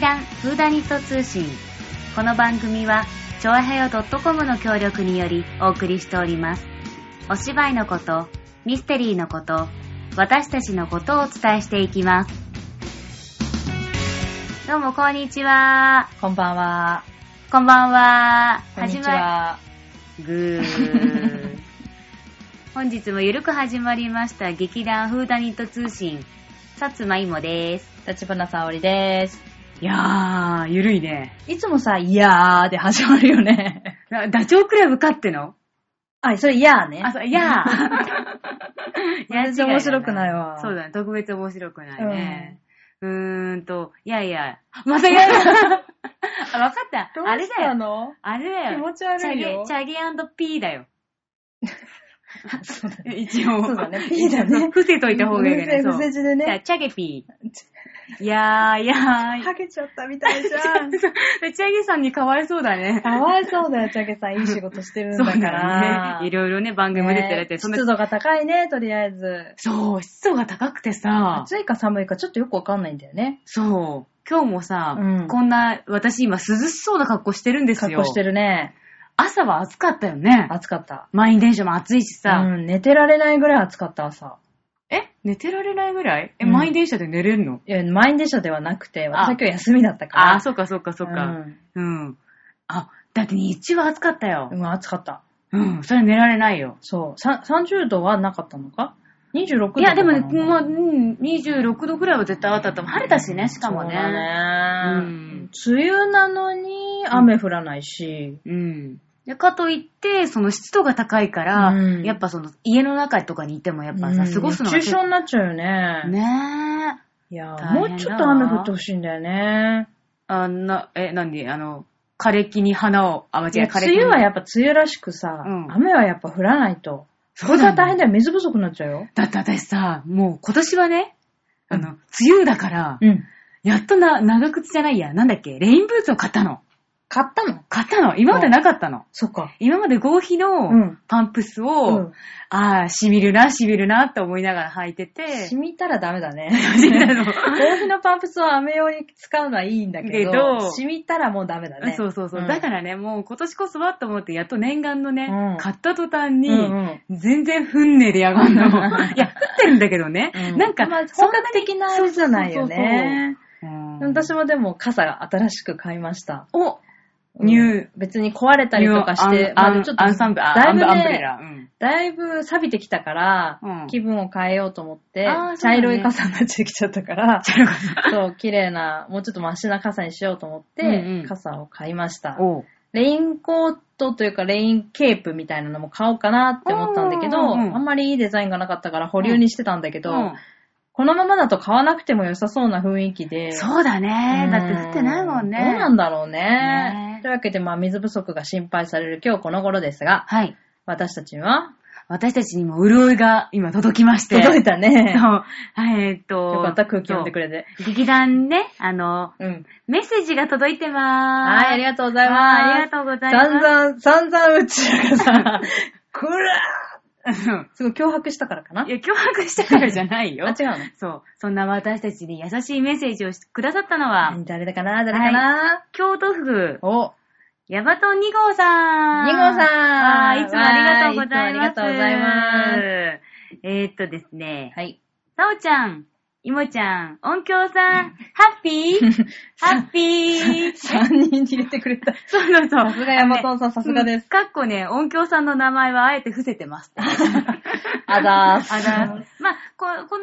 談フーダニット通信この番組はチョアヘヨ .com の協力によりお送りしておりますお芝居のことミステリーのこと私たちのことをお伝えしていきますどうもこんにちはこんばんは。こんばんはこんにちは。ぐー。本日もゆるく始まりました劇団フーダニット通信、さつまいもです。立花沙織です。いやー、ゆるいね。いつもさ、いやーで始まるよね。なダチョウクラブかっての あ、それいやーね。あ、そう、いやー。 いや全然面白くないわそうだね、特別面白くないね。うーんと、いやいや、また やる。あ、わかった。あれだよ。のあれだよ。気持ち悪いよチャゲ、チャゲピーだよ。そうだね。一応。そうだね P だね伏せといた方がいいから伏せ伏せ字でねじゃあチャゲピー。いやー、いやー。けちゃったみたいじゃん。そうチャゲさんにかわいそうだね。かわい そうだよ、ちゃけさん。いい仕事してるんそうだかだら。ね。いろいろね、番組も出てられて、ねそんな湿度が高いね、とりあえず。そう、湿度が高くてさ、暑いか寒いかちょっとよくわかんないんだよね。そう、今日もさ、うんこんな、私今涼しそうな格好してるんですよ。格好してるね。朝は暑かったよね。暑かった。満員電車も暑いしさ、うん、寝てられないぐらい暑かった朝。え寝てられないぐらいえ、うん満員電車で寝れるの、いや、満員電車ではなくて、あ私は今日休みだったから。ああ、そうかそうかそうか。うんうん。あ、だって日中は暑かったよう。ん、暑かった。うん、それ寝られないよ。そう。さ30度はなかったのか ?26 度いや、でもね、とかなもう、うん、26度くらいは絶対あったと思う。晴れたしね、しかもね。そうだうねん梅雨なのに雨降らないし、うん。でかといって、その湿度が高いから、うんやっぱその、家の中とかにいても、やっぱさ、うん過ごすのが結熱中症構になっちゃうよね。ねえ。いや大変ーだわもうちょっと雨降ってほしいんだよね。あんな、え、なんで、あの、枯れ木に花を、あ、間違いやえ、枯れ梅木に。雨はやっぱ梅雨らしくさ、うん雨はやっぱ降らないと。そこうれだがね大変だよ。水不足になっちゃうよ。だって私さ、もう今年はね、あの、う梅雨だから、うん。やっとな、長靴じゃないや、なんだっけ、レインブーツを買ったの。買ったの買ったの今までなかったの。そっか。今まで合皮うのんパンプスを、うんああ、しみるな、しみるなって思いながら履いてて、染みたらダメだね。あの 合皮のパンプスを雨用に使うのはいいんだけど、けど染みたらもうダメだね。そうそうそう。んだからね、もう今年こそはと思って、やっと念願のね、うん買った途端に、うんうん全然ふんねでや がんの。いや、降ってるんだけどね。うんなんか、まあそん本な格的なあれじゃないよね。うん私もでも傘新しく買いました。お、うんニュー別に壊れたりとかして、アまンだちょっとアンサンブ、あアだいンぶブアンブレね、ラ。うんだいぶ錆びてきたからうん、気分を変えようと思ってあー、そうだ茶ね色い傘になってきちゃった から、茶色かさそう、綺麗な、もうちょっとマシな傘にしようと思っうんうてん、傘を買いました。おうレインコートというかレインケープみたいなのも買おうかなって思ったんだけど、うんうんうんあんまりいいデザインがなかったから保留にしてたんだけど、うんこのままだと買わなくても良さそうな雰囲気で。そうだね。だって降ってないもんね。どうなんだろうねね。というわけで、まあ、水不足が心配される今日この頃ですが、はい。私たちは私たちにも潤いが今届きまして。届いたね。そう。えーっと。よかった、空気読んでくれて。そう劇団ね、あの、うん。メッセージが届いてまーはい、す。ありとがとうございます。ありがとうございます散々、散々うちらがさ、 くうらございまーすごい脅迫したからかな。 いや、脅迫したからじゃないよ。あ、違うのそう。そんな私たちに優しいメッセージをくださったのは、何誰だかな誰かな、京都府、お、ヤバトン2号さん。二号さんあーいつもありがとうございます。わーいつもありがとうござえー、っとですね、はい。さおちゃん、いもちゃん、音響さん、ハッピ ーハッピー3人入れてく れた。そうそうそう。さすがヤマトンさんさすがですうんかっこね、音響さんの名前はあえて伏せてます。ああざーす。だまあ、ここのメールちょう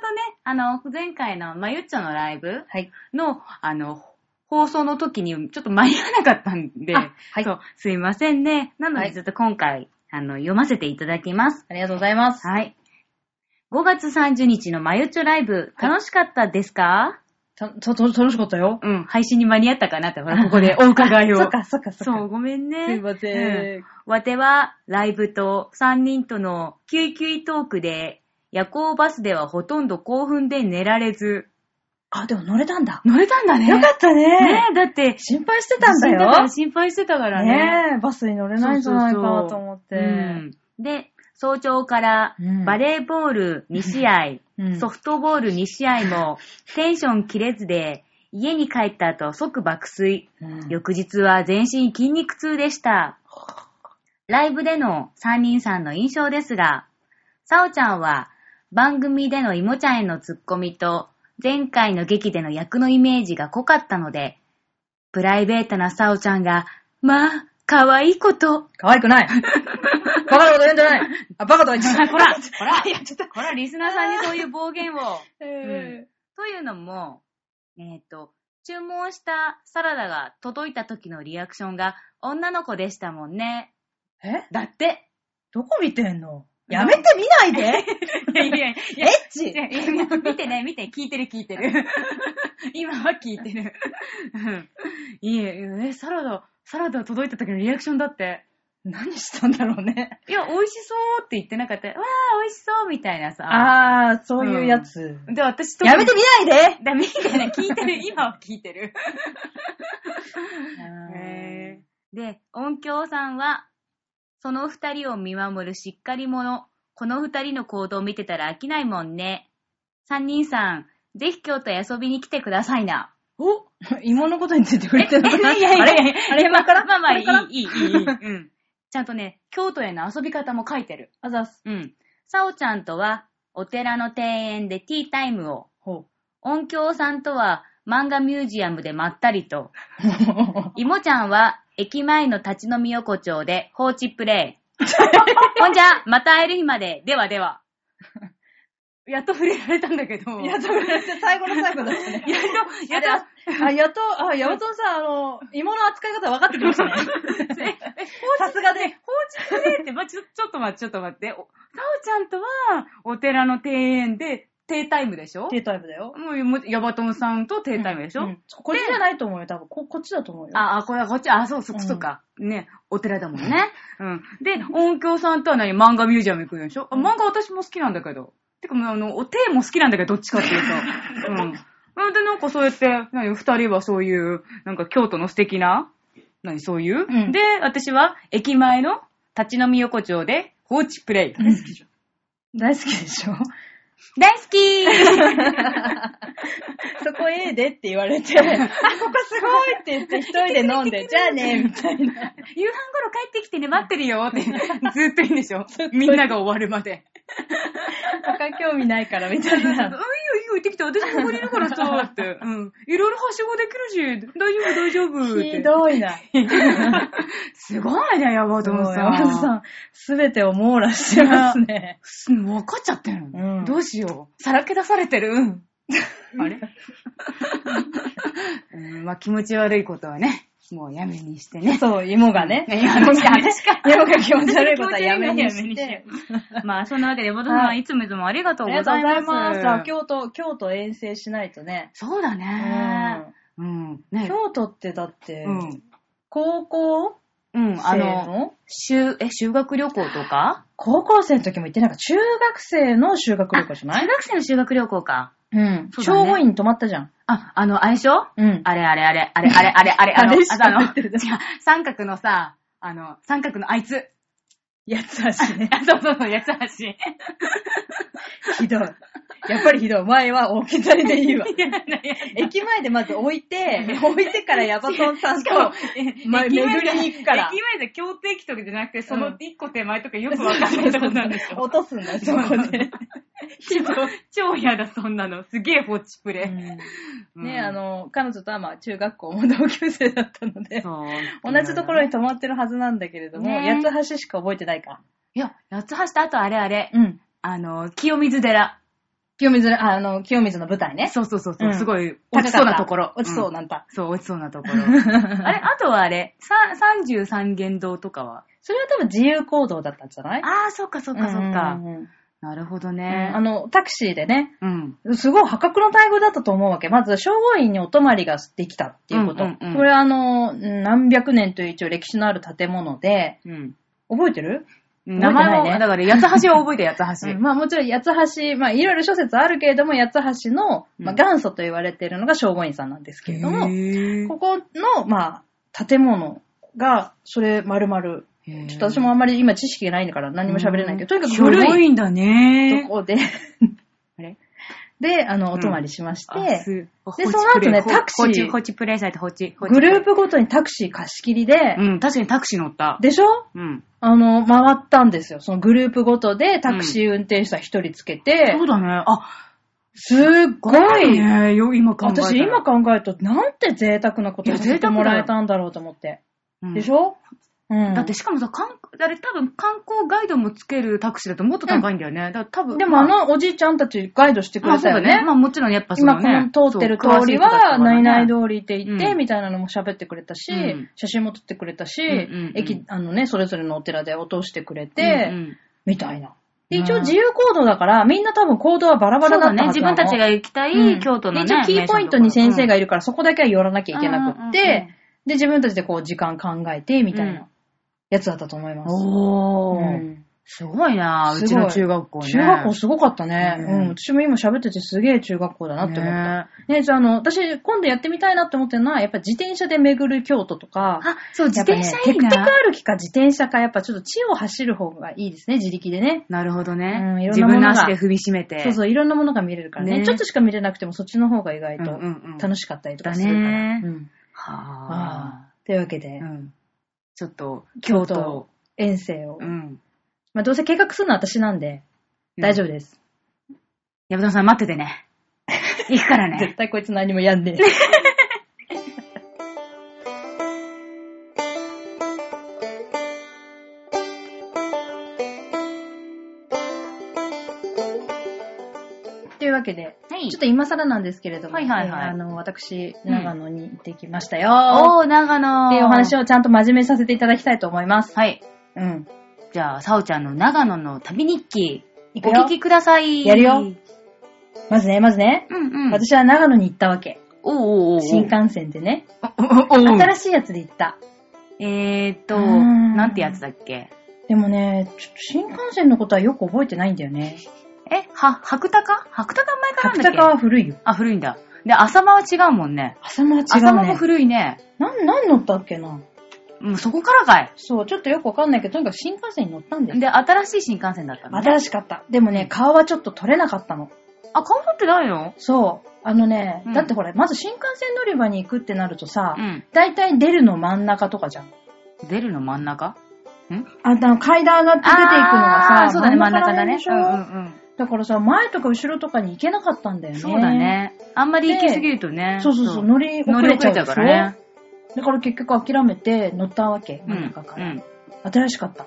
どね、あの、前回のまゆっちょのライブはい。の、あの、放送の時にちょっと間に合わなかったんで、あはいそうすいませんね。なのはで、いちょっと今回、あの、読ませていただきます。ありがとうございます。はい。5月30日のまゆっちょライブ、はい楽しかったですか、た、と、と、楽しかったよ。うん、配信に間に合ったかなって、ほら、ここ でお伺いを。そっか、そっか、そっか。そう、ごめんね。すいません。うわては、ライブと3人とのキュイキュイトークで、夜行バスではほとんど興奮で寝られず。あ、でも乗れたんだ。乗れたんだね。よかったね。ねえ、だって、心配してたんだ心配してたかよら。心配してたからね。ねえ、バスに乗れないんじゃないかなと思って。うんで、早朝からうんバレーボール2試合、うんソフトボール2試合もテンション切れずで、家に帰った後即爆睡。うん翌日は全身筋肉痛でした。ライブでの3人さんの印象ですが、さおちゃんは番組でのいもちゃんへのツッコミと前回の劇での役のイメージが濃かったので、プライベートなさおちゃんが、まあ、可愛いこと。可愛く ないバカなこと言うんじゃないあ、バカとは言 ってない。ほら、ほら、やっちゃった。ほら、リスナーさんにそういう暴言を。え というのも、えっ、と、注文したサラダが届いた時のリアクションが女の子でしたもんね。ーえだって。どこ見てんのやめて見ないで いやいやいや、エッチ見てね、見て、聞いてる、聞いて る。今は聞いてる。うんいえ、え、サラダ、サラダ届いた時のリアクションだって。何したんだろうね。いや、美味しそうって言ってなかった。わー、美味しそうみたいなさ。あー、そういうやつ。で、私とやめて見ないでだ、見てね、聞いてる、 今は聞いてる。へで、音響さんは、その二人を見守るしっかり者。この二人の行動を見てたら飽きないもんね。三人さん、ぜひ京都へ遊びに来てくださいな。お芋のことについてくれてるあれあれ、ま今からまあまあ、いこれかい、らいい、いい。うん。ちゃんとね、京都への遊び方も書いてる。あざっす。うん。さおちゃんとは、お寺の庭園でティータイムを。ほ音響さんとは、漫画ミュージアムでまったりと。う。もいもちゃんは、駅前の立ち飲み横丁で放置プレイ。ほんじゃ、また会える日まで、ではでは。 やっと触れられたんだけど。うやっと、最後の最後だったね。やっと、やっと、あ、やっと、あ、やっとさん、あの、芋の扱い方分かってきましたね。さすがで。放置プレイって、ま、ちょ、ちょっと待って、ちょっと待って。おさおちゃんとは、お寺の庭園で、テイタイムでしょテータイプだよ。もうもう、ヤバトンさんとテイタイムでしょ、うんこっちじゃないと思うよ、多分。こ、こっちだと思うよ。あ、あ、これはこっち、あ、そう、そっうんそっか。ね、お寺だもんね。うん。で、音響さんとは何漫画ミュージアム行くんでしょあうん漫画私も好きなんだけど。てか、あの、お手も好きなんだけど、どっちかっていうと。うん。なんで、なんかそうやって、何、二人はそういう、なんか京都の素敵な、何、そういう。うんで、私は、駅前の立ち飲み横丁で、放置プレイ。大好きでしょ。大好きでしょ大好 きーそこ A でって言われ て、あ、ここすごいって言って一人で飲ん で、じゃあね、みたいな。夕飯頃帰ってきてね、待ってるよって、ずーっといいんで しょみんなが終わるまで。他興味ないから、みたうん、いいいよな。 いいよ、行ってきて、私ここにいるからさ、って。うん。いろいろはしごできるし、大丈夫、大丈夫。ってひどい な。すごいね、ヤバトンもうさ山ん。田さん、すべてを網羅してますね。す分かっちゃってる、うんどうしよう。さらけ出されてる。うん。あれ うん、まあ気持ち悪いことはね、もうやめにしてね。 そう、 芋がね。いや芋がね芋が気持ち悪いことはやめにやめにししてて。まあそんなわけで、ヤバトンはいいつもいつもありがとありがとうございます。あ京都、京都遠征しないとね。そうだね。うん。ね京都ってだって、うん。高校うん、あ生の、の修、え、修学旅行とか高校生の時も行ってなんか中学生の修学旅行じゃな中い学生の修学旅行か。うん。そうだね小5院に泊まったじゃん。あ、あの、あれでしょうん。あれあれあれ、あれあれあれあれ、あの、あれしあかの、言違ってるう、三角のさ、あの、三角のあいつ。 やつらしいね。あそうそうそう、八つ橋。ひどい。やっぱりひどい。前は大きなり でいいわ。いやいやいや駅前でまず置い て、置いてからヤバトンさんと、ま駅前巡りに行くから駅前で京都駅とかじゃなくて、そうのん一個手前とかよくわかんないとこなんでしょ。落とすんだよ、そこで。超嫌だ、そんなの。すげえ放置プレイ。うんね、あ、の、彼女とはまあ中学校も同級生だったので、そう同じところに泊まってるはずなんだけれども、ね八つ橋しか覚えてないか。いや、八つ橋とあとあれあれ。うん。あの、清水寺。清水の、ああの、清水の舞台ね。そうそうそうそう、うんすごい落ちそうなところ。落ちそうんなんだ。そう、落ちそうなとこ ろ。あれ、あとはあれ、さ33元堂とかは。それは多分自由行動だったんじゃないああ、そっかそっかそっか。うんうんうんなるほどうんね。あの、タクシーでね、うん。すごい破格の待遇だったと思うわけ。まず、消防院にお泊まりができたっていうこと。うんうんうんこれはあの、何百年という一応歴史のある建物で、うん。覚えてる、名前も、覚えてないねだから、八つ橋は覚えて、八つ橋。まあもちろん八つ橋、まあいろいろ諸説あるけれども、八つ橋の、まあ、うん元祖と言われているのが消防院さんなんですけれども、ここの、まあ、建物が、それ丸々、ちちょっと私もあんまり今知識がないから何も喋れないけど、とにかく古 古いいんだねと。こで、あれで、あの、お泊まりしまして、あすでその後ねほタクシほーっち、ほっちプレイされて、ほっち、ほっちグループごとにタクシー貸し切りで、うん、確かにタクシー乗った。でしょうん。あの、回ったんですよ。そのグループごとでタクシー運転手さん一人つけて、そうだね。あ、すっごい、ねよ、今考えたら私今考えると、なんて贅沢なこといをやさせ贅て沢だよもらえたんだろうと思って。うんでしょうん。だって、しかもさ、観あれ多分観光ガイドもつけるタクシーだともっと高いんだよね。だから多分。でもあまのおじいちゃんたちガイドしてくまあれたそうよだねね。。まあもちろんやっぱそ今のこね。の通ってる通りは、な何い々通りって言って、うんみたいなのも喋ってくれたし、うん写真も撮ってくれたし、うんうんうん駅、あのね、それぞれのお寺で落としてくれて、うんうんみたいな。で、うん一応自由行動だから、みんな多分行動はバラバそラうだだっね。たは自ずなの分たちが行きたういん京都のね。で一応キーポイントに先生がいるから、そこだけは寄らなきゃいけなくって、うんうんうんうんで、自分たちでこう時間考えて、みたいなやつだったと思います。おうー。んすごいな、すうごいちの中学校ね。中学校すごかったね。ううんん、私も今喋っててすげえ中学校だなって思った。ねね、じゃあ、あの、私、今度やってみたいなって思ってるのは、やっぱ自転車で巡る京都とか、あ、そう、自転車やっぱいいねテクテクな。歩きか自転車か、やっぱちょっと地を走る方がいいですね、自力でね。なるほどうねん。いろん自なも分ののが足で踏みしめて。そうそう、いろんなものが見れるからね。ねちょっとしか見れなくても、そっちの方が意外とうんうんうん楽しかったりとかするから。だねうん。はというわけでぁ。う、ん。ちょっと、京都京都。遠征を。うん。まあ、どうせ計画するのは私なんで、大丈夫です。山田さん待ってて ね。行くから絶ね。対こいつ何もやんねえ。 というわけで、はちょっと今更なんですけれども、はいはいはいえーあの、私、長野に行ってきましたよ。おー、長野。っていうお話をちゃんと真面目にさせていただきたいと思います。はい。うん。じゃあ、さおちゃんの長野の旅日記、お行くよ聞きください。やるようんまずね、まずね、うん。、私は長野に行ったわけ。おうおうおう新幹線でね、おうおう新しいやつで行った。えーっと、うんなんてやつだっけでもね、ちょっと新幹線のことはよく覚えてないんだよね。え、は、白鷹白鷹前からなん角だっけ高は古いよ。あ、古いんだ。で、浅間は違うもんね。浅間は違うね。浅間も古いね。なん、なん乗ったっけなうん、そこからかい。そう、ちょっとよくわかんないけど、とにかく新幹線に乗ったんですよ。で、新しい新幹線だったの、ね。新しかった。でもね、顔はちょっと取れなかったの。あ、顔持ってないのそう。あのね、うんだってほら、まず新幹線乗り場に行くってなるとさ、うん。だいたい出るの真ん中とかじゃん。出るの真ん中あんたの階段上がって出ていくのがあさ、ーそうだね、真ん中だね。でしょうんうんだからさ、前とか後ろとかに行けなかったんだようん。ね。そうだ。ね。あんまり行きすぎるとね。そうそうそう、乗り乗遅りれ遅ちれゃうちゃでうしょからね。だから結局諦めて乗ったわけ、う真んん中かうら。ん。新しかった。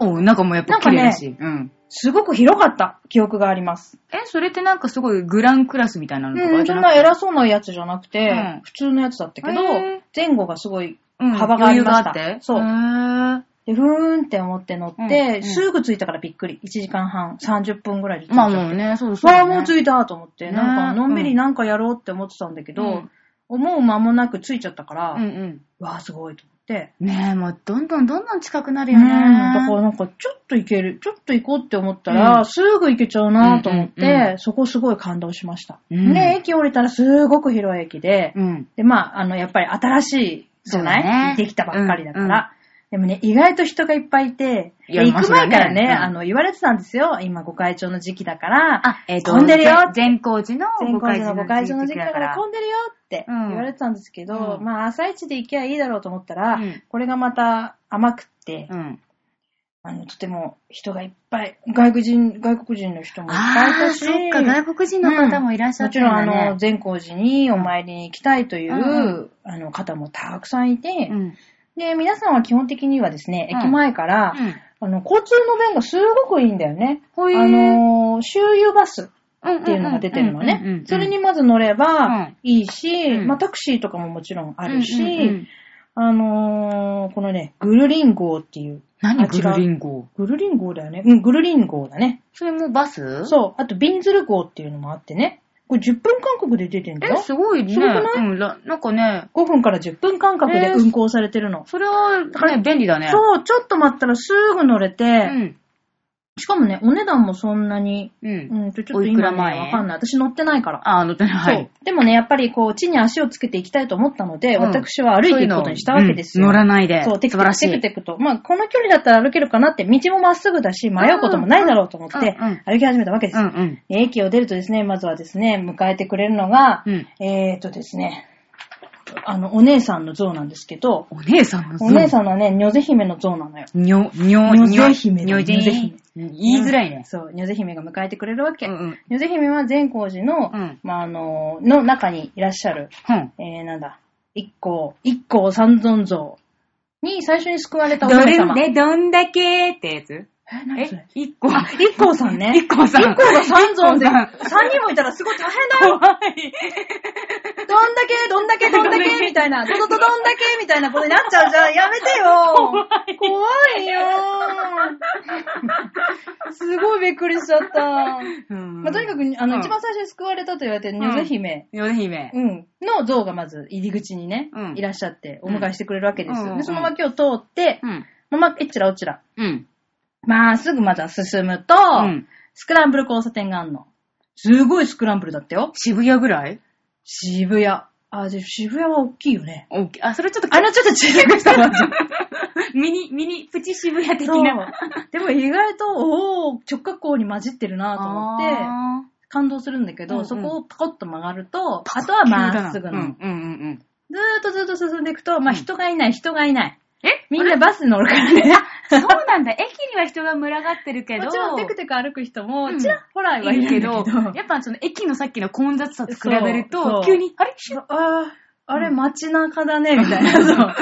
おうなんかもうやっぱ綺麗だし。うん。すごく広かった記憶があります。え、それってなんかすごいグランクラスみたいなのとかあうるん、じそゃんななく偉そうなやつじゃなくて、うん普通のやつだったけどへー、前後がすごい、うん幅がありました余裕があってそうへーでふーんって思って乗って、うんうんすぐ着いたからびっくり。1時間半、30分ぐらいで着いちまゃあって。もうね、そうそう、わあ、もう着いたと思って、ねなんか、のんびりなんかやろうって思ってたんだけど、うん思う間もなく着いちゃったから、うんうん。わあ、すごいと思って。ねえ、もうどんどんどんどん近くなるねよね。えだからなんか、ちょっと行ける、ちょっと行こうって思ったら、うんすぐ行けちゃうなと思って、うんうんうそこすごい感動しました。うんで、駅降りたらすごく広い駅で、うん。で、まあ、あの、やっぱり新しいじゃない、そうだねできたばっかりだから。でもね、意外と人がいっぱいいて、いやでまあ行く前からそうね、だねうんあの、言われてたんですよ。今、ご会長の時期だから、あ、えっ、と、混んでるよぜ善光寺の全ご国会の場ご会場の時期だからう混んでるよってうん言われてたんですけど、うんまあ朝一で行きゃいいだろうと思ったら、うんこれがまた甘くって、ん。あの、とても人がいっぱい、外国人、外国人の人もいっぱいいあたあ、し、そっか、外国人の方もいらっしゃもってちるんろんだあね。の、善光寺にお参りに行きたいという、うんあの方もたくさんいて、うん。で、皆さんは基本的にはですね、うん駅前から、あの、交通の便がすごくいいんだよね。ほいーあの、周遊バス。うん、っていうのが出てるのうんうんうんうねん。それにまず乗ればいいし、うんまあタクシーとかももちろんあるし、うんうんうんあのー、このね、グルリン号っていう、あ何違グうルリン号グルリン号だよね。うん、グルリン号だね。それもバスう。そう、あとビンズル号っていうのもあってね、これ10分間隔で出てんだえ、よ。すごいね。すごくないうん、らなんかね、 5分から10分間隔で運行されてるの。それは、ね、便利だね。う。そう、ちょっと待ったらすぐ乗れて、うん。しかもね、お値段もそんなに、う。うんんと、ちょっとおいくら今ね、前わかんない。私乗ってないから。ああ、乗ってない。はそうい。。でもね、やっぱりこう、地に足をつけていきたいと思ったので、うん私は歩いていくことにしたわけですうんよ。乗らないで。そう、テク素テ晴らクしい。テクテクと。まあ、この距離だったら歩けるかなって、道もまっすぐだし、迷うこともないだろうと思ってうんうん、歩き始めたわけですうん。うん。駅を出るとですね、まずはですね、迎えてくれるのが、うん。えーとですね、あの、お姉さんの像なんですけど、お姉さんのお姉さん。んのはね、女ぜ姫の像なのよ。にょ、にょ、女性姫だにょぜ女性姫言いづらいね。そう、女ぜ姫が迎えてくれるわけ。うんうん。女ぜ姫は善光寺の、うんまあ、あの、の中にいらっしゃる、うん。えー、なんだ、一行、一行三尊像に最初に救われたおど姉れ様。ね、どんだけってやつえ、何それえ、一個。あ、 一行さんね。一個さん。一行が三尊で、一行さん三人もいたらすごい大変だよ。怖い。どんだけ、どんだけ、どんだけ、みたいな、どどどどんだけ、みたいなことになっちゃうじゃん。やめてよ。怖いよ。すごいびっくりしちゃった。うんまあ、とにかく、あの、うん一番最初に救われたと言われてる、女ぜ姫。ヨネ姫。うん。の像がまず入り口にね、うんいらっしゃって、お迎えしてくれるわけですよ。うんで、その脇を通って、うん。まあ、まあえっちらおっちら。うん。まあ、すぐまずは進むと、うんスクランブル交差点があんの。すごいスクランブルだったよ。渋谷ぐらい渋谷。あ、で渋谷は大きいよね。おっきあ、それちょっと、あの、ちょっと小さくした感じ。ミニ、ミニ、プチ渋谷的そうな。。でも意外と、おお直角行に混じってるなと思って、あー感動するんだけど、うんうんそこをパコッと曲がると、あとはまっすぐうの。んうんうんずーっとずーっと進んでいくと、まあうん人がいない、人がいない。えみんなバスに乗るからね。うん。そうなんだ。駅には人が群がってるけど。もちろんテクテク歩く人うも、んちらほらはいいるるけけどど、、やっぱその駅のさっきの混雑さと比べるそうそとう、急に、あれシュッああ、あれ街中だね、みたい な、そう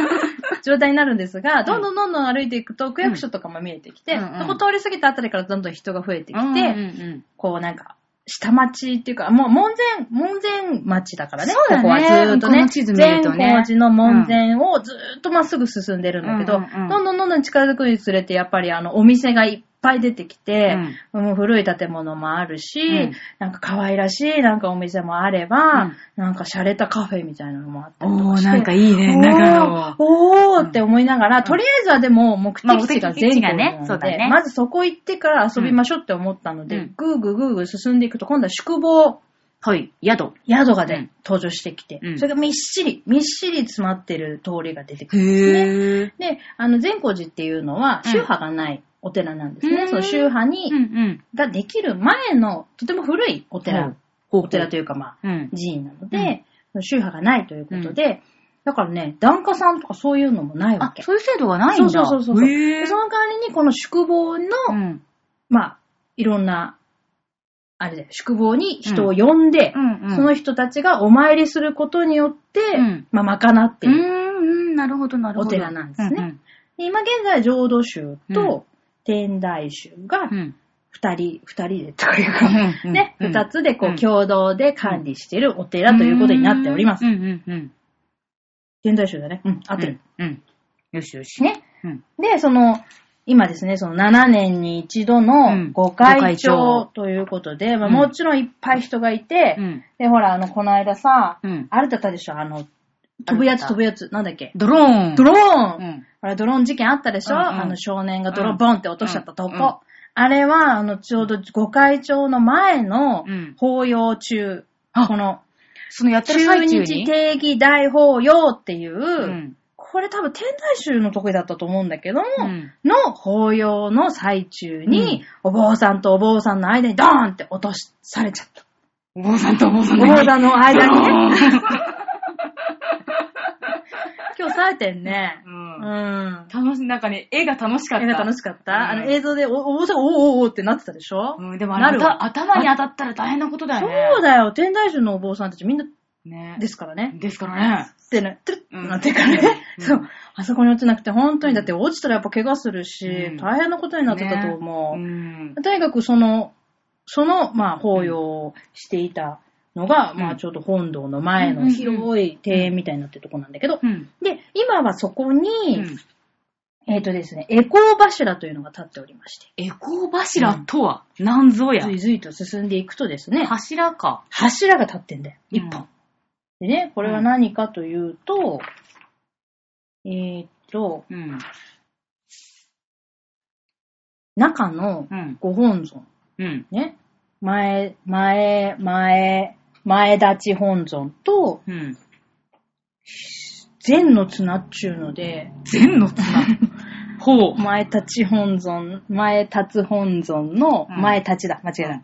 状態になるんですが、どんどんどんどん歩いていくと、区役所とかも見えてきて、うんうんそこ通り過ぎたあたりからどんどん人が増えてきて、うんうんこうなんか、下町っていうか、もう門前、門前町だからね。そうだねここはずーっとね。この地図見るとね善光寺の門前をずーっとまっすぐ進んでるんだけど、うんうんうんどんどんどんどん近づくにつれて、やっぱりあの、お店がいっぱい出てきて、もう古い建物もあるし、うんなんか可愛らしいなんかお店もあれうばん、なんか洒落たカフェみたいなのもあったうりとん。おー、かして。なんかいいね、おー長野。おーって思いながら、とりあえずはでも目的地まがあ目的全地国がなのねで、そうだねまずそこ行ってから遊びましょうって思ったので、うんぐーぐーぐーぐー進んでいくと、今度は宿坊はい、宿。宿がね、うん登場してきて、うんそれがみっしり、みっしり詰まってる通りが出てくるんですね。へー。で、あの、善光寺っていうのはうん宗派がないお寺なんですうね。んその宗派に、うんうん。ができる前の、とても古いお寺、うんお寺というかまあ、うん。寺院なのうで、宗派がないということで、だからね、檀家さんとかそういうのもないわあ、け。そういう制度がないんだ。そうそうそうそうへでーその代わりに、この宿坊の、うん。まあ、いろんな、あれだよ、宿坊に人を呼んで、うんうん。その人たちがお参りすることによって、うんまあ、賄ってういんる、うん、なるほど、なるほど。お寺なんですねうんで今現在、浄土宗うんと天台宗がうん。うん二人、二、人でというか、ね、うん二、つでこうう、ん共同で管理しているお寺ということになっておりますう。んうんうん。天台宗だね。うん、合ってる。うん。うん。よしよし。ね。うん。で、その、今ですね、その7年に一度うのんごご会会長長ということで、まあ、うんもちろんいっぱい人がいて、うん。で、ほら、あの、この間さ、うん。あれだったでしょあの、飛ぶやつあれだった飛ぶやつ、なんだっけドローン。ドローン、うん。あれ、ドローン事件あったでしょ、うんうんあの少年がドローンボンって落としちゃったとこ。うんうんあれは、あの、ちょうどご会長の前のうん法要中、あこの、そのやってる中最中に。日定義大法要っていう、うん。これ多分天台宗の得意だったと思うんだけども、うんの法要の最中に、お坊さんとお坊さんの間にドーンって落とし、されちゃった。お坊さんとお坊さおん坊さん。んの間にね、ね。今日されてんね。ううん。ん。楽し、なんかね、絵が楽しかった。映画楽しかった、うんあの映像でお、お坊さんがおーおーおーってなってたでしょ、うん、でもなあれ、るわた頭に当たったら大変なことだよね。そうだよ、天台宗のお坊さんたちみんなね。ですからね。ですからね。ってね、トゥルッうんなってからね。うん そう。あそこに落ちなくて、本当に、だって落ちたらやっぱ怪我するし、うん大変なことになってたと思う。ん。とにかくその、その、まあ、法要をしていたのが、うんまあ、ちょっと本堂のうん前うんのうん広い庭園みたいになってるとこなんだけど、うん。で、今はそこうに、んえっ、とですね、エコー柱というのが立っておりまして、エコー柱とは何ぞやず。いずいと進んでいくとですね、柱か。柱が立ってんだよ、一うん本。でね、これは何かというと、えっ、と、うん。中のうん。ご本尊、うん。ね。前、前、前、前立ち本尊と、うん。善の綱っちゅうので、善の綱。ほう。 前立ち本尊、前立つ本尊の、うん前立ちだ、間違えない。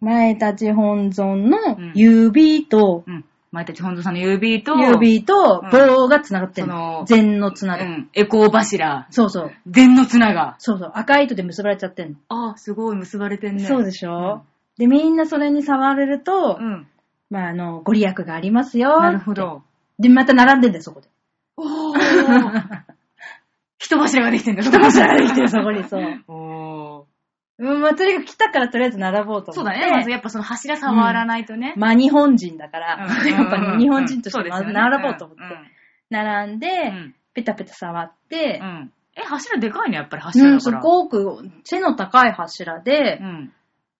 前立ち本尊のうん指と、うん。前たち本尊さんの指と、指とうん棒が繋がってるその。の善のう綱で。ん。エコー柱。そうそう。善の綱が。そうそう。赤い糸で結ばれちゃってるああ、すごい結ばれてんの。ね。そうでしょで、みんなそれに触れるとう、ん。まあ、あの、ご利益がありますよ。なるほ。ど。で、また並んでんだよ、そ こで。おー。人柱ができてんだ、人柱ができてる、そこに、 そう。おー。うん、まあ、とにかく来たからとりあえず並ぼうと思って。そうだね。まずやっぱその柱触らないとね。まあ、日本人だから、うんやっぱ日本人としそうてでますずよね並ぼうと思って、う並んで、んうんペタペタ触ってう、ん。え、柱でかいね、やっぱりう柱ん、だかすら。ごく背の高い柱でう、ん。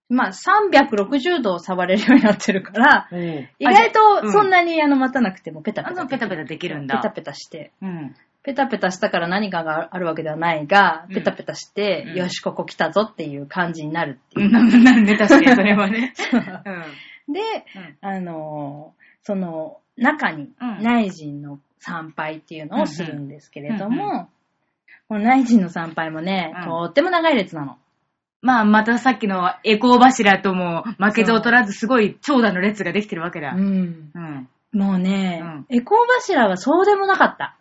まあ、360度触れるようになってるから、おー意外うとんそんなにあの待たなくてもペタあペのタ。ペタペタできるんペタだ。ペタして。うん。ペタペタしたから何かがあるわけではないがう、んペタペタして、うんよし、ここ来たぞっていう感じになるっていう。なるなるね、確かにそれは ね。うで、んあのーその、中にうん内陣の参拝っていうのをするんですけれどうんうんも、この内陣の参拝もね、うんとっても長い列なの。まあ、またさっきのエコー柱とも負けず劣らずすごい長蛇の列ができてるわけだ。うんうん。もうね、うんエコー柱はそうでもなかった。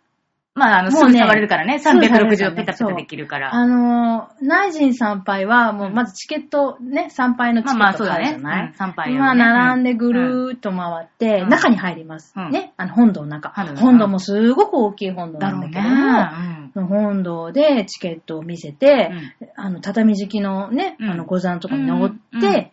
まあ、あの、すもぐうね触れるからね。すぐ触れ360るから度ねペタペタできるから。あのー内陣参拝はもううんまずチケットね、参拝のチまあケまッあ、トそうがあだるじゃね。ない、参拝まあ、並んでぐるーっと回って、うん中に入ります。うんね。あの、本堂の中。本堂の中本堂もすごく大きい本堂だなんろだうけねども、。その本堂でチケットを見せて、あの、畳敷きのね、うんあの、五山とかに登って、うんうん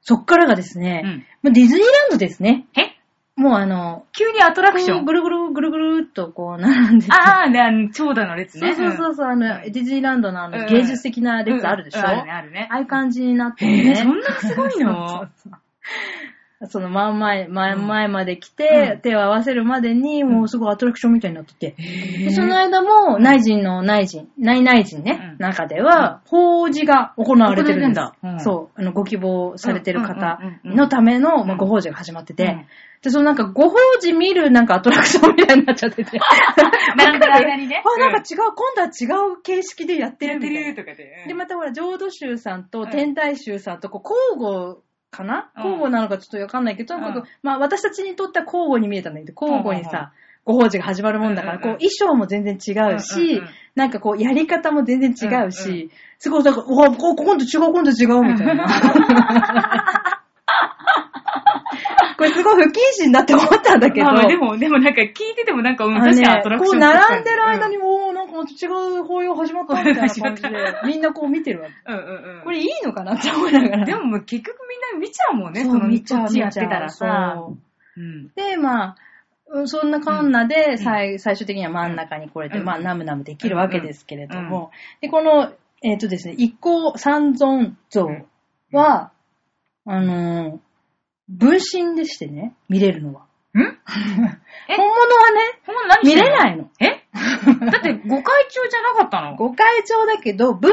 そっからがですね、もうディズニーランドですね。えもうあの、急にアトラクションぐるぐるぐるぐるっとこう並んでて。ああ、ね、長蛇の列そうね。そうそうそう、あの、ディズニーランドのあうの、ん芸術的なうん列あるでしょ、うんあるね、ああるね。あいう感じになってへてえ、ね。そんなにすごいのその真ん前、前、前まで来て、うん手を合わせるまでに、もうすごいアトラクションみたいになってて。へでその間も、内陣の内陣、内内陣うね、ん中では、法事が行われてるんです行われてるんだうんそう、あの、ご希望されてる方うんうんうんうんのための、まあ、うんご法事が始まってて、うんで、そのなんか、ご法事見るなんかアトラクションみたいになっちゃってて。並んでる間にね。あ、なんか違う、今度は違う形式でやってやるっみてたいなるとかで。で、またほら、浄土宗さんとうん天台宗さんとこう交互かな、うん交互なのかちょっとわかんないけど、とにかうんく、まあ私たちにとっては交互に見えたんだけど、交互にうんうんうんさ、ご法事が始まるもんだうから、んうんこううん衣装も全然違ううんうんしうん、なんかこうやり方も全然違ううんうし、すごい、なんか、うわ、こ今度違う、今度違う、みたいな。 これすごい不謹慎だって思ったんだけど、まあまあでも、でもなんか聞いててもなんか、うん、あの確かにアねトラ、クこショうン。並んでる間に、おー、なんかまた違う法要始まったみたいな感じ で始まっ、みんなこう見てるわけ。うん うんうん。これいいのかなって思いながら。でももう結局みんな見ちゃうもんね、その見ちゃこうっちやってたらさ。そううん。で、まあ、うんそんなかんなで、ん最最終的には真ん中にこれで、うんまあ、ナムナムできるわけですけれども、で、この、えっ、とですね、一行三尊像は、あのー分身でしてね、見れるのは。 んえ本物はね、ほんま何見してんのれないの。えだって誤解中じゃなかったのご会長だけど、分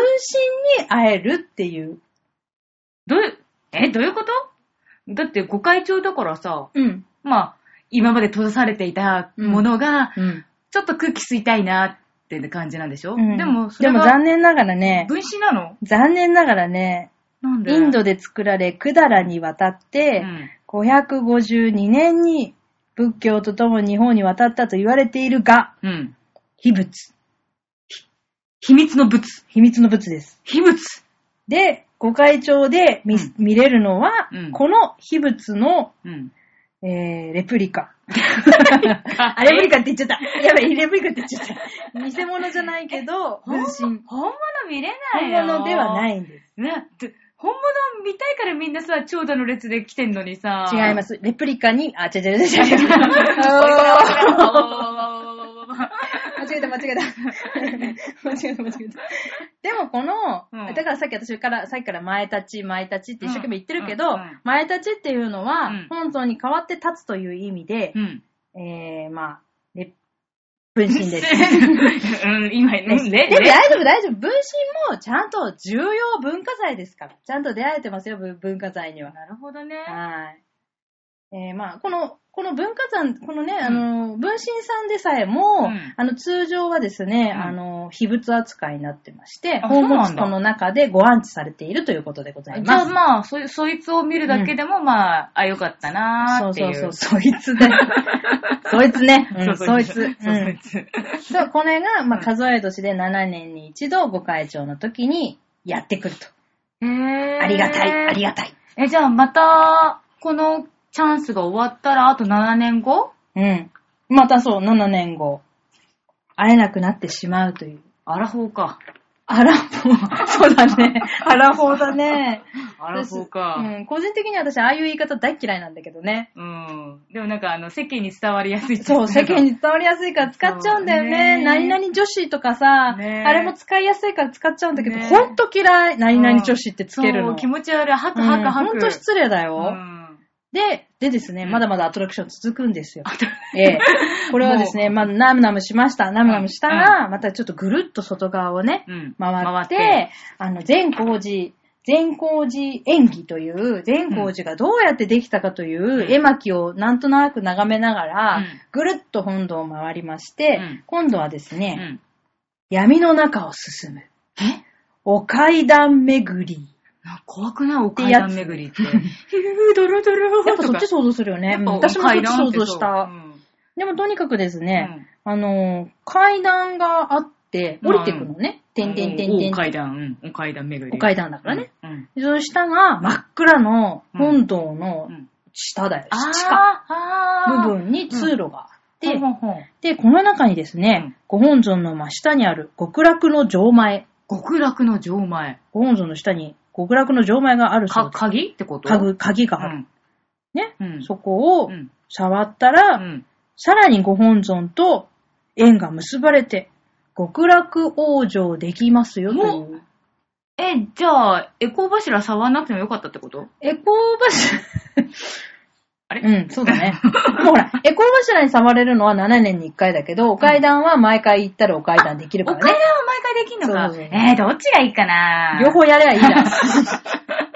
身に会えるっていう。どういう、え、どういうことだって誤解中だからさ、うん。まあ、今まで閉ざされていたものが、うん。ちょっと空気吸いたいなって感じなんでしょ、でも、そでれもは残念ながらね、分子なの残念ながらね、なんでインドで作られ、百済に渡っうて、ん552年に仏教とともに日本に渡ったと言われているが、うん。秘仏。秘密の仏。秘密の仏です。秘仏。で、御開帳で見,、うん見れるのは、うんこの秘仏の、うん。えー、レプリカ。あ あ、レプリカって言っちゃった。やばい、レプリカって言っちゃった。偽物じゃないけど、分身。本物見れない本よ。。物ではないいんです。ね、って本物見たいからみんなさ、長蛇の列で来てんのにさ。。違いますす。レプリカに、あ、違う違 う違う違う。間違えた、間違えた。間違えた、間違えた。でもこの、うんだからさっき私から、さっきから前立ち、前立ちって一生懸命言ってるけど、うんうんうん前立ちっていうのは、うん本尊に代わって立つという意味でう、ん。えー、まあ、レ分身です。 うん、今、ね、ね、でも大丈夫、大丈夫。分身もちゃんと重要文化財ですから。ちゃんと出会えてますよ、ぶ文化財には。なるほどね。はい。えー、まあ、この、この文化財、このね、あの、分身さんでさえうも、んあの、通常はですね、うんあの、秘仏扱いになってまして、あ宝そうなん物だ庫の中でご安置されているということでございじゃまあす。まあ、そいそいつを見るだけでも、まあ、あ、よかったなーそうってい。そううそう、そいつね。そいつね。うん、そいつ。 そううんそいつ。そう、これが、まあ、数え年で7年に一度、ご会長の時にやってくると。へーありがたい、ありがたい。え、じゃあまた、このチャンスが終わったら、あと7年後うん。またそう、7年後、会えなくなってしまうという。アラフォーか。アラフォー。そうだね。 アラフォーだね。アラフォーか。うん。個人的に私、ああいう言い方大嫌いなんだけどね。うん。でもなんか、あの、世間に伝わりやすいっていかそう、世間に伝わりやすいから使っちゃうんだよね。そう何ね々女子とかさ、ねあれも使いやすいから使っちゃうんだけど、ねほんと嫌い。何々女子ってつそけるの。う、気持ち悪い。吐く吐く吐く。ほんと失礼だよ。 うんで、でですね、うんまだまだアトラクション続くん ですよ。ええ。これはですね、まあ、ナムナムしました。ナムナムしたら、またちょっとぐるっと外側をね、うん。回っ、回っててあの、善光寺、善光寺演技という、善光寺がどうやってできたかといううん絵巻をなんとなく眺めながら、うんぐるっと本堂を回りまして、うん今度はですうね、ん。闇の中を進む。えお階段巡り。な怖くないお階段巡りって。ヒュードロドロやっぱそっちと想像するよね。かうん私もそっち想像し。やっぱお階た。段ってそうでもとにかくですうんね、あのー、階段があって、降りてくのね。うてんんてんてんておん。階段、うん。お階段巡り。お階段だからね。うん。うん。その下が真っ暗の本堂のうん下だよ。あー地下あー部分に通路があって、ほんほんほんで、この中にですね、うんご本尊の真下にある極楽の錠前。極楽の錠前。ご本尊の下に極楽の錠前があるそか、うで鍵ってことす。鍵鍵がある。ね。うん。うん。そこをうん。触ったうら、ん。さらにご本尊と縁が結ばれて、極楽往生できますよという。え、じゃあ、エコー柱触らなくてもよかったってことエコー 柱。あれうん、そうだね。 でもほら、エコー柱に触れるのは7年に1回だけど、お階段は毎回行ったらお階段できるおか階ら段ね。は毎回できんのかそうそうそうえー、どっちがいいかな両。方やればいいだ。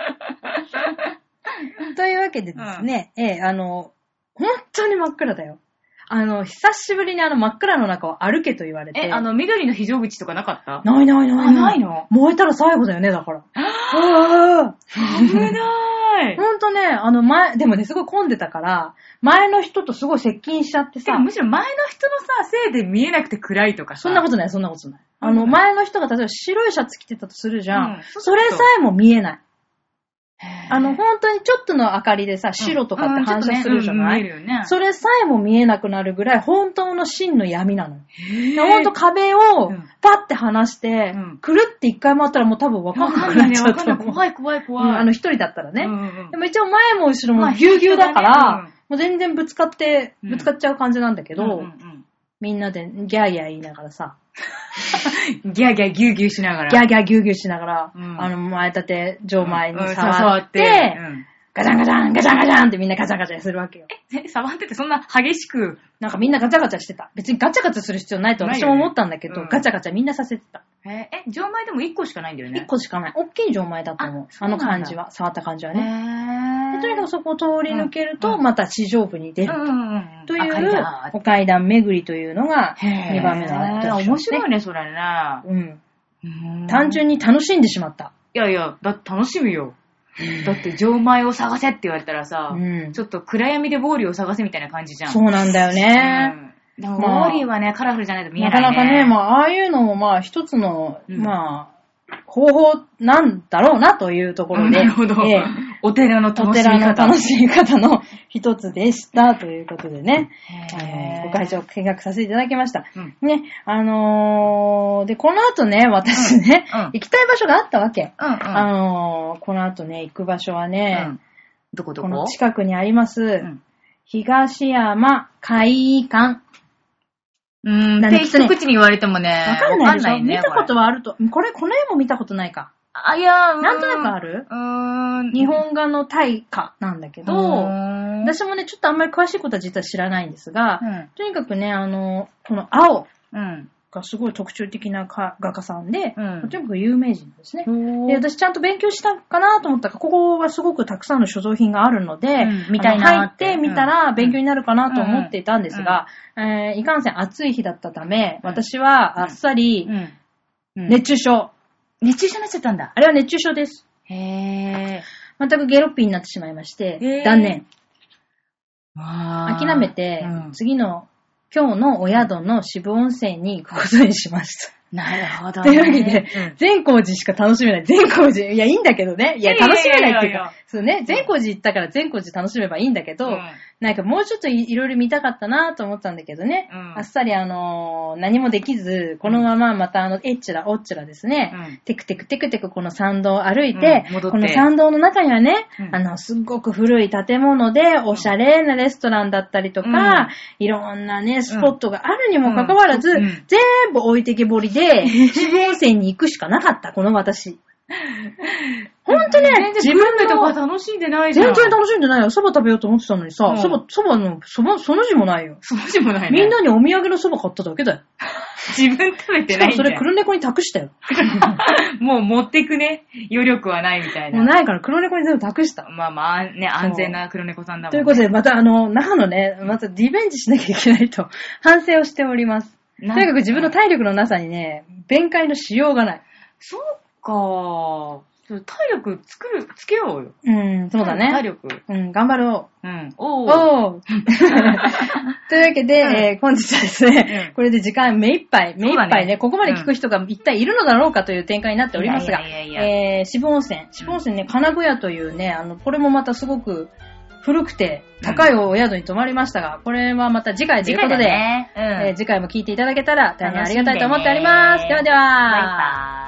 というわけでですね、ええ、あの、本当に真っ暗だよ。あの、久しぶりにあの真っ暗の中を歩けと言われて。え、あの、緑の非常口とかなかったないないないあないの燃えたら最後だよね、だから。ああ 危ない。ほんとね、あの前、でもね、すごい混んでたから、前の人とすごい接近しちゃっててさか、むしろ前の人のさ、せいで見えなくて暗いとかさ。そんなこととない、そんなことない。あうの、ん前の人が例えば白いシャツ着てたとするじゃん。うんそれさえも見えない。あの、うん、本当にちょっとの明かりでさ、白とかって反射するじゃない、うんちょっとねうん見えるよね。それさえも見えなくなるぐらい、本当の真の闇なの。へー本当壁をうんパッて離して、うんくるって一回回ったらもう多分わかんなわかくんなないっね、ちゃわうかんとない。思う。怖い怖い怖い。あの、一人だったらね。うんうんでも一応前も後ろまもあぎゅうぎゅうだから、人だねもう全然ぶつかって、うんぶつかっちゃう感じなんだけど、うんうんうんみんなでギャーギャー言いながらさ、ギャーギャーギューギューしながら。ギャーギャーギューギューしながら、うんあの、前立て、上前にうんうん触触っ、ってて。うんガチャンガチャン、ガチャンガチャンってみんなガチャンガチャンするわけよ。え、触っててそんな激しく。なんかみんなガチャガチャしてた。別にガチャガチャする必要ないと私も思ったんだけど、ないよねうんガチャガチャみんなさせてた。えー、え錠前でも1個しかないんだよ一ね。個しかない。大きい錠前だと思う。ああそうなのんだ感じは、触った感じはへね。でーとにかくそこを通り抜けると、うんまた地上部に出る。うんうんうん。といあ書てあうっ、お階段巡りというのが、たへ2番目のアトラクション面ですね白いね、それね。うん。うん単純に楽しんでしまった。いやいや、だって楽しみよ。だって、錠前を探せって言われたらさ、うんちょっと暗闇でボーリーを探せみたいな感じじゃん。そううなんだよね。んでも、まあボーリーはね、カラフルじゃないと見えななかい、ね。なかね、まあ、ああいうのも、まあ、一つの、うんまあ、方法なんだろうなというところで、なるほど。ええお寺のお楽し寺みの方。楽しみ方の一つでしたということでね、へあーのご会場見学させていただきました。うんね、あのー、で、この後ね、私ね、うんうん行きたい場所があったわけ。うんうん。あのー、この後ね、行く場所はうね、んどこどここの近くにあります、うん東山海館。うーん、なんっかてね一口に言われてもね、わかんないでしょ、ね。見たことははあると、これ、この絵も見たことないか。あ、いやー、なんとなくある。るうーん。日本画の大化なんだけうど、ーん私もね、ちょっとあんまり詳しいことは実は知らないんですが、うん。とにかくね、あの、この青うん。がすごい特徴的なか画家さんで、うんとにかく有名人ですね。でで、私ちゃんと勉強したかなと思ったら、ここはすごくたくさんの所蔵品があるので、うんみ見たたいいななー入っっててみたら勉強になるかなと思っていたんですが、えーいかんせん暑い日だったため、うん私はあっさりうん。うん熱中症。熱中症になっちゃったんだ。あれは熱中症です。へえ。全くゲロッピーになってしまいまして、へー断念。諦諦めて、次の今日のお宿の渋温泉に行くことにしました。なるほどとね。いうわけで、善光寺しか楽しめない。善光寺、いや、いいんだけどね。いや、いやいやいや楽しめないっていういやいや、かそうね、善光寺行ったから善光寺楽しめばいいんだけど、なんかもうちょっといいろいろ見たかったなと思ったんだけどね、うんあっさりあのー何もできず、このまままたあの、えっちらおっちらですね、うんテクテクテクテクこの参道を歩いて、うん戻ってこの参道の中にはね、うんあの、すっごく古い建物で、おしゃれなレストランだったりとか、うんいろんなね、スポットがあるにもかかわらず、うんうん全部置いてけぼりで、渋温泉に行くしかなかった、この私。ほんとね、自分でとか楽しんでないじゃん。全然楽しんでないよ。そば食べようと思ってたのにさう、んそば、そばの、そば、その字もないよ。そうでもないね。みんなにお土産のそば買っただけだよ。自分食べてしなかいもんそだれよ。黒猫に託したよ。もう持ってくね。余力はないみたいもうな。ないから黒猫に全部託した。まあまあ、ね、安全な黒猫さんだもんとね。いうことで、またあの、那覇のね、またリベンジしなきゃいけないと 反省をしております。とになかく自分の体力のなさにね、弁解のしようがない。そうか。ちょっと体力作る、つけようよ。うん、そうだ体ね。力。うん、頑張ろうん。う。おー。お うというわけで、うんえー本日はですね、うんこれで時間目いっぱい、目いっぱそういだね、ねここまで聞く人が一体いるのだろうかという展開になっておりますが、いやいやいやいえー、渋温泉。渋温泉ね、金具屋というね、あの、これもまたすごく古くて高いお宿に泊まりましたが、これはまた次回ということで、次回だねうんえー次回も聞いていただけたら大変ありがたいと思っております。楽しんでねではでは。バイバイ。